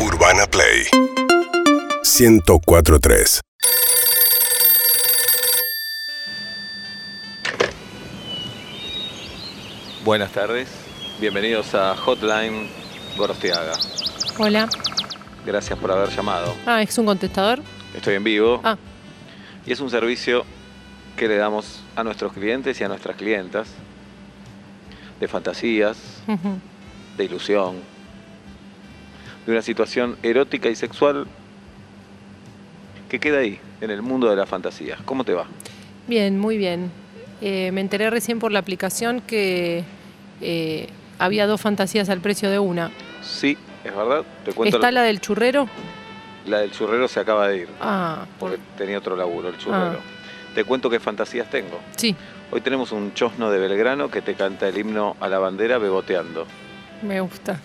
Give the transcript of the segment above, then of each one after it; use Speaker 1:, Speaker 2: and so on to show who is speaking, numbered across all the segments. Speaker 1: Urbana Play 1043
Speaker 2: Buenas tardes, bienvenidos a Hotline Gorostiaga.
Speaker 3: Hola.
Speaker 2: Gracias por haber llamado.
Speaker 3: Ah, es un contestador.
Speaker 2: Estoy en vivo
Speaker 3: Ah,
Speaker 2: y es un servicio que le damos a nuestros clientes y a nuestras clientas de fantasías,
Speaker 3: ujú.
Speaker 2: de ilusión, de una situación erótica y sexual que queda ahí, en el mundo de las fantasías. ¿Cómo te va?
Speaker 3: bien, muy bien. Eh, me enteré recién por la aplicación que eh, había dos fantasías al precio de una.
Speaker 2: Sí, es verdad, te cuento,
Speaker 3: ¿Está
Speaker 2: la,
Speaker 3: la del churrero?
Speaker 2: la del churrero se acaba de ir,
Speaker 3: Ah,
Speaker 2: porque tenía otro laburo, el churrero. Te cuento qué fantasías tengo.
Speaker 3: sí,
Speaker 2: Hoy tenemos un chosno de Belgrano que te canta el himno a la bandera beboteando.
Speaker 3: me gusta.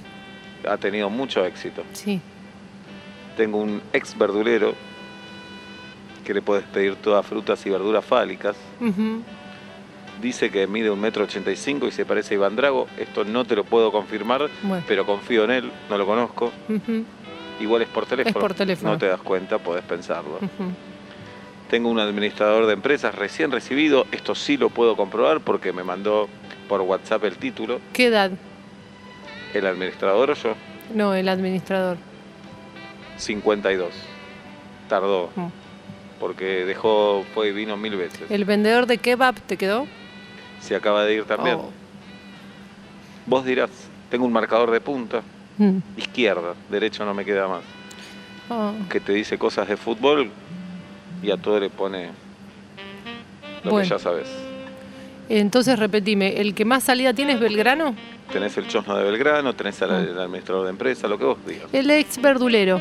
Speaker 2: Ha tenido mucho éxito.
Speaker 3: Sí.
Speaker 2: Tengo un ex verdulero que le puedes pedir todas frutas y verduras fálicas.
Speaker 3: ujú.
Speaker 2: Dice que mide un metro ochenta y cinco y se parece a Iván Drago. Esto no te lo puedo confirmar,
Speaker 3: Bueno.
Speaker 2: pero confío en él, no lo conozco.
Speaker 3: ujú,
Speaker 2: Igual es por teléfono.
Speaker 3: Es por teléfono. Mm.
Speaker 2: No te das cuenta, podés pensarlo.
Speaker 3: ujú.
Speaker 2: Tengo un administrador de empresas recién recibido. Esto sí lo puedo comprobar porque me mandó por WhatsApp el título.
Speaker 3: ¿Qué edad?
Speaker 2: El administrador o yo.
Speaker 3: No, el administrador.
Speaker 2: 52. Tardó.
Speaker 3: Mm.
Speaker 2: Porque dejó, fue y vino mil veces.
Speaker 3: ¿El vendedor de kebab te quedó?
Speaker 2: Se acaba de ir también.
Speaker 3: Oh.
Speaker 2: Vos dirás, tengo un marcador de punta,
Speaker 3: Mm.
Speaker 2: izquierda, derecho no me queda más.
Speaker 3: Ah,
Speaker 2: Que te dice cosas de fútbol y a todo le pone lo que
Speaker 3: Bueno.
Speaker 2: ya sabes.
Speaker 3: Entonces repetime, ¿el que más salida tiene es Belgrano?
Speaker 2: Tenés el chosno de Belgrano, tenés al,
Speaker 3: Mm.
Speaker 2: el administrador de empresa, lo que vos digas.
Speaker 3: El ex verdulero.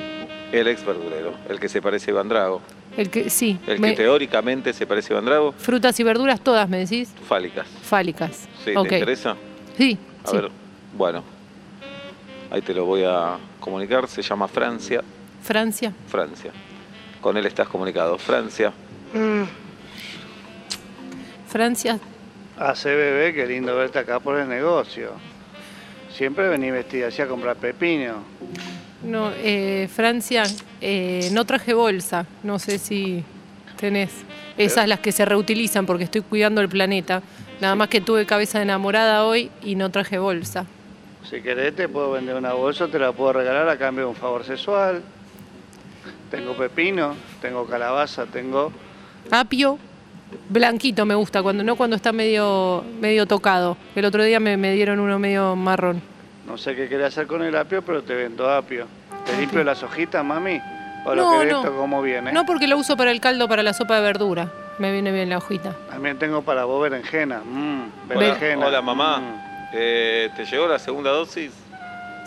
Speaker 2: El ex verdulero, el que se parece a Iván Drago.
Speaker 3: El que, sí.
Speaker 2: El
Speaker 3: me-
Speaker 2: que teóricamente se parece a Iván Drago,
Speaker 3: Frutas y verduras todas, me decís.
Speaker 2: fálicas.
Speaker 3: Fálicas.
Speaker 2: Sí,
Speaker 3: Ok.
Speaker 2: ¿Te interesa?
Speaker 3: Sí,
Speaker 2: A
Speaker 3: sí.
Speaker 2: ver, bueno, ahí te lo voy a comunicar. Se llama Francia,
Speaker 3: Francia.
Speaker 2: Francia. Con él estás comunicado. Francia,
Speaker 3: Francia.
Speaker 4: Hace bebé, qué lindo verte acá por el negocio. Siempre vení vestida así a comprar pepino.
Speaker 3: No, eh, Francia, eh, no traje bolsa. No sé si tenés.
Speaker 2: Eh.
Speaker 3: Esas las que se reutilizan porque estoy cuidando el planeta. Nada más que tuve cabeza de enamorada hoy y no traje bolsa.
Speaker 4: Si querés te puedo vender una bolsa, te la puedo regalar a cambio de un favor sexual. Tengo pepino, tengo calabaza, tengo...
Speaker 3: Apio, blanquito me gusta, cuando no cuando está medio, medio tocado. El otro día me, me dieron uno medio marrón.
Speaker 4: No sé qué querés hacer con el apio, pero te vendo apio. ¿Te limpio las hojitas, mami?
Speaker 3: No,
Speaker 4: ¿O lo querés
Speaker 3: no.
Speaker 4: esto como viene?
Speaker 3: No porque lo uso para el caldo, para la sopa de verdura. Me viene bien la hojita.
Speaker 4: También tengo para vos berenjena. Mm,
Speaker 2: Hola,
Speaker 4: berenjena.
Speaker 2: hola, mamá.
Speaker 4: Mm.
Speaker 2: eh, ¿te llegó la segunda dosis?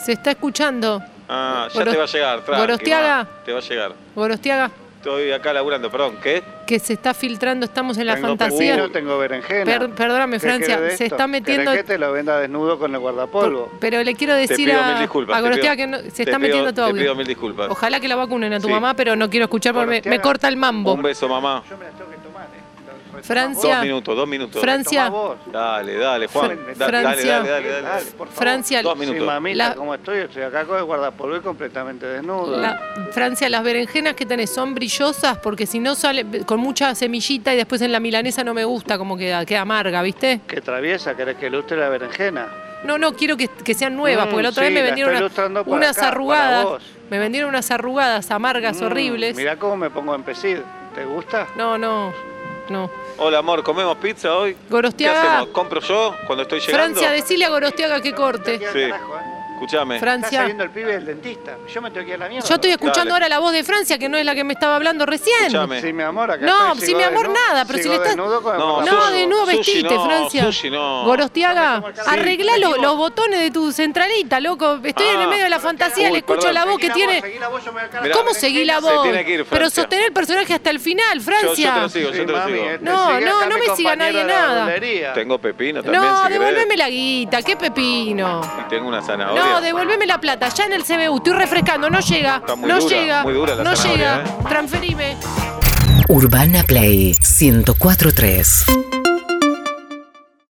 Speaker 3: Se está escuchando.
Speaker 2: Ah, ya
Speaker 3: Goros-
Speaker 2: te va a llegar, tranqui,
Speaker 3: Gorostiaga.
Speaker 2: ma, Te va a llegar.
Speaker 3: Gorostiaga,
Speaker 2: Estoy acá laburando, perdón, ¿qué?
Speaker 3: que se está filtrando, estamos en la
Speaker 4: Tengo
Speaker 3: fantasía.
Speaker 4: pepino, tengo berenjena.
Speaker 3: Per- perdóname,
Speaker 4: ¿Qué
Speaker 3: Francia,
Speaker 4: querés de
Speaker 3: se
Speaker 4: esto?
Speaker 3: está metiendo.
Speaker 4: ¿Querés que te lo venda desnudo con el guardapolvo?
Speaker 3: Pero le quiero
Speaker 2: Te
Speaker 3: decir
Speaker 2: pido
Speaker 3: a,
Speaker 2: mil disculpas.
Speaker 3: a
Speaker 2: te pido-
Speaker 3: Gorostiaga que no-
Speaker 2: te
Speaker 3: se está
Speaker 2: pido-
Speaker 3: metiendo tu
Speaker 2: Te pido
Speaker 3: audio.
Speaker 2: mil disculpas.
Speaker 3: Ojalá que la vacunen a tu
Speaker 2: Sí.
Speaker 3: mamá, pero no quiero escuchar porque me, me
Speaker 4: Gorostiaga.
Speaker 3: corta el mambo.
Speaker 2: Un beso, mamá.
Speaker 4: Yo me las tengo que tomar, ¿eh?
Speaker 3: Francia.
Speaker 2: Dos minutos, dos minutos.
Speaker 3: Fran- Francia.
Speaker 2: Dale, dale, Juan.
Speaker 4: Fran-
Speaker 2: Da- dale,
Speaker 3: Francia.
Speaker 2: dale, dale, dale, dale.
Speaker 3: Francia,
Speaker 2: Dos minutos.
Speaker 4: Sí, mamita,
Speaker 3: La-
Speaker 4: como estoy, estoy acá con el guardapolvo y completamente desnudo.
Speaker 3: la- Francia, las berenjenas que tenés son brillosas porque si no sale con mucha semillita y después en la milanesa no me gusta como queda, queda amarga, ¿viste?
Speaker 4: Que traviesa, querés que ilustre la berenjena.
Speaker 3: No, no, quiero que, que sean nuevas,
Speaker 4: Mm,
Speaker 3: porque la otra
Speaker 4: sí,
Speaker 3: vez me
Speaker 4: la
Speaker 3: vendieron
Speaker 4: estoy
Speaker 3: una-
Speaker 4: ilustrando para
Speaker 3: unas
Speaker 4: acá, para
Speaker 3: arrugadas.
Speaker 4: vos.
Speaker 3: Me vendieron unas arrugadas amargas,
Speaker 4: Mm,
Speaker 3: horribles.
Speaker 4: Mirá cómo me pongo en pesid. ¿Te gusta?
Speaker 3: No, no, no.
Speaker 2: Hola, amor, ¿comemos pizza hoy? ¿Qué
Speaker 3: Gorostiaga.
Speaker 2: hacemos? ¿Compro yo cuando estoy llegando?
Speaker 3: Francia, decile a Gorostiaga que corte.
Speaker 4: Te
Speaker 2: Sí.
Speaker 4: queda carajo, ¿eh?
Speaker 2: Escuchame.
Speaker 4: Está
Speaker 3: Francia.
Speaker 4: saliendo el pibe del dentista. Yo me tengo que ir a la mierda.
Speaker 3: Yo estoy escuchando
Speaker 2: Dale.
Speaker 3: ahora la voz de Francia, que no es la que me estaba hablando recién.
Speaker 2: Escuchame.
Speaker 4: Sí, mi amor, acá
Speaker 3: No,
Speaker 4: estoy,
Speaker 3: sí,
Speaker 4: sigo
Speaker 3: mi amor,
Speaker 4: desnudo-
Speaker 3: nada, pero si
Speaker 4: sigo
Speaker 3: le estás-
Speaker 4: desnudo con el
Speaker 2: No,
Speaker 4: guardapolvo.
Speaker 3: No, de nuevo
Speaker 2: Sushi
Speaker 3: vestiste,
Speaker 2: no,
Speaker 3: Francia.
Speaker 2: sushi no.
Speaker 3: Gorostiaga,
Speaker 4: Sí.
Speaker 3: arreglá lo- los botones de tu centralita, loco. Estoy en el
Speaker 2: Ah.
Speaker 3: medio de la fantasía,
Speaker 2: Uy,
Speaker 3: le escucho
Speaker 2: perdón.
Speaker 3: la voz que
Speaker 4: Seguí la
Speaker 3: tiene.
Speaker 4: voz, seguí la voz, yo me voy a cargar.
Speaker 2: Mirá.
Speaker 3: ¿Cómo seguí la
Speaker 2: Se
Speaker 3: voz?
Speaker 2: tiene que ir,
Speaker 3: Pero
Speaker 2: Francia.
Speaker 3: sostener el personaje hasta el final,
Speaker 2: Yo, yo te
Speaker 3: Francia.
Speaker 2: lo sigo, yo
Speaker 4: Sí,
Speaker 2: te lo
Speaker 4: mami,
Speaker 2: sigo.
Speaker 4: este,
Speaker 3: No,
Speaker 4: sigue
Speaker 3: no,
Speaker 4: acá
Speaker 3: no
Speaker 4: mi
Speaker 3: me siga
Speaker 4: compañera
Speaker 3: nadie
Speaker 4: de la
Speaker 3: nada.
Speaker 4: verdulería.
Speaker 2: Tengo pepino también,
Speaker 3: No,
Speaker 2: si querés.
Speaker 3: devolveme la guita, qué pepino.
Speaker 2: Y tengo una zanahoria.
Speaker 3: No, devolveme la plata, ya en el CBU, estoy refrescando, no llega,
Speaker 2: Está muy
Speaker 3: no
Speaker 2: dura,
Speaker 3: llega,
Speaker 2: muy dura la
Speaker 3: no
Speaker 2: zanahoria, ¿eh?
Speaker 3: llega, transferime.
Speaker 5: Urbana Play 1043.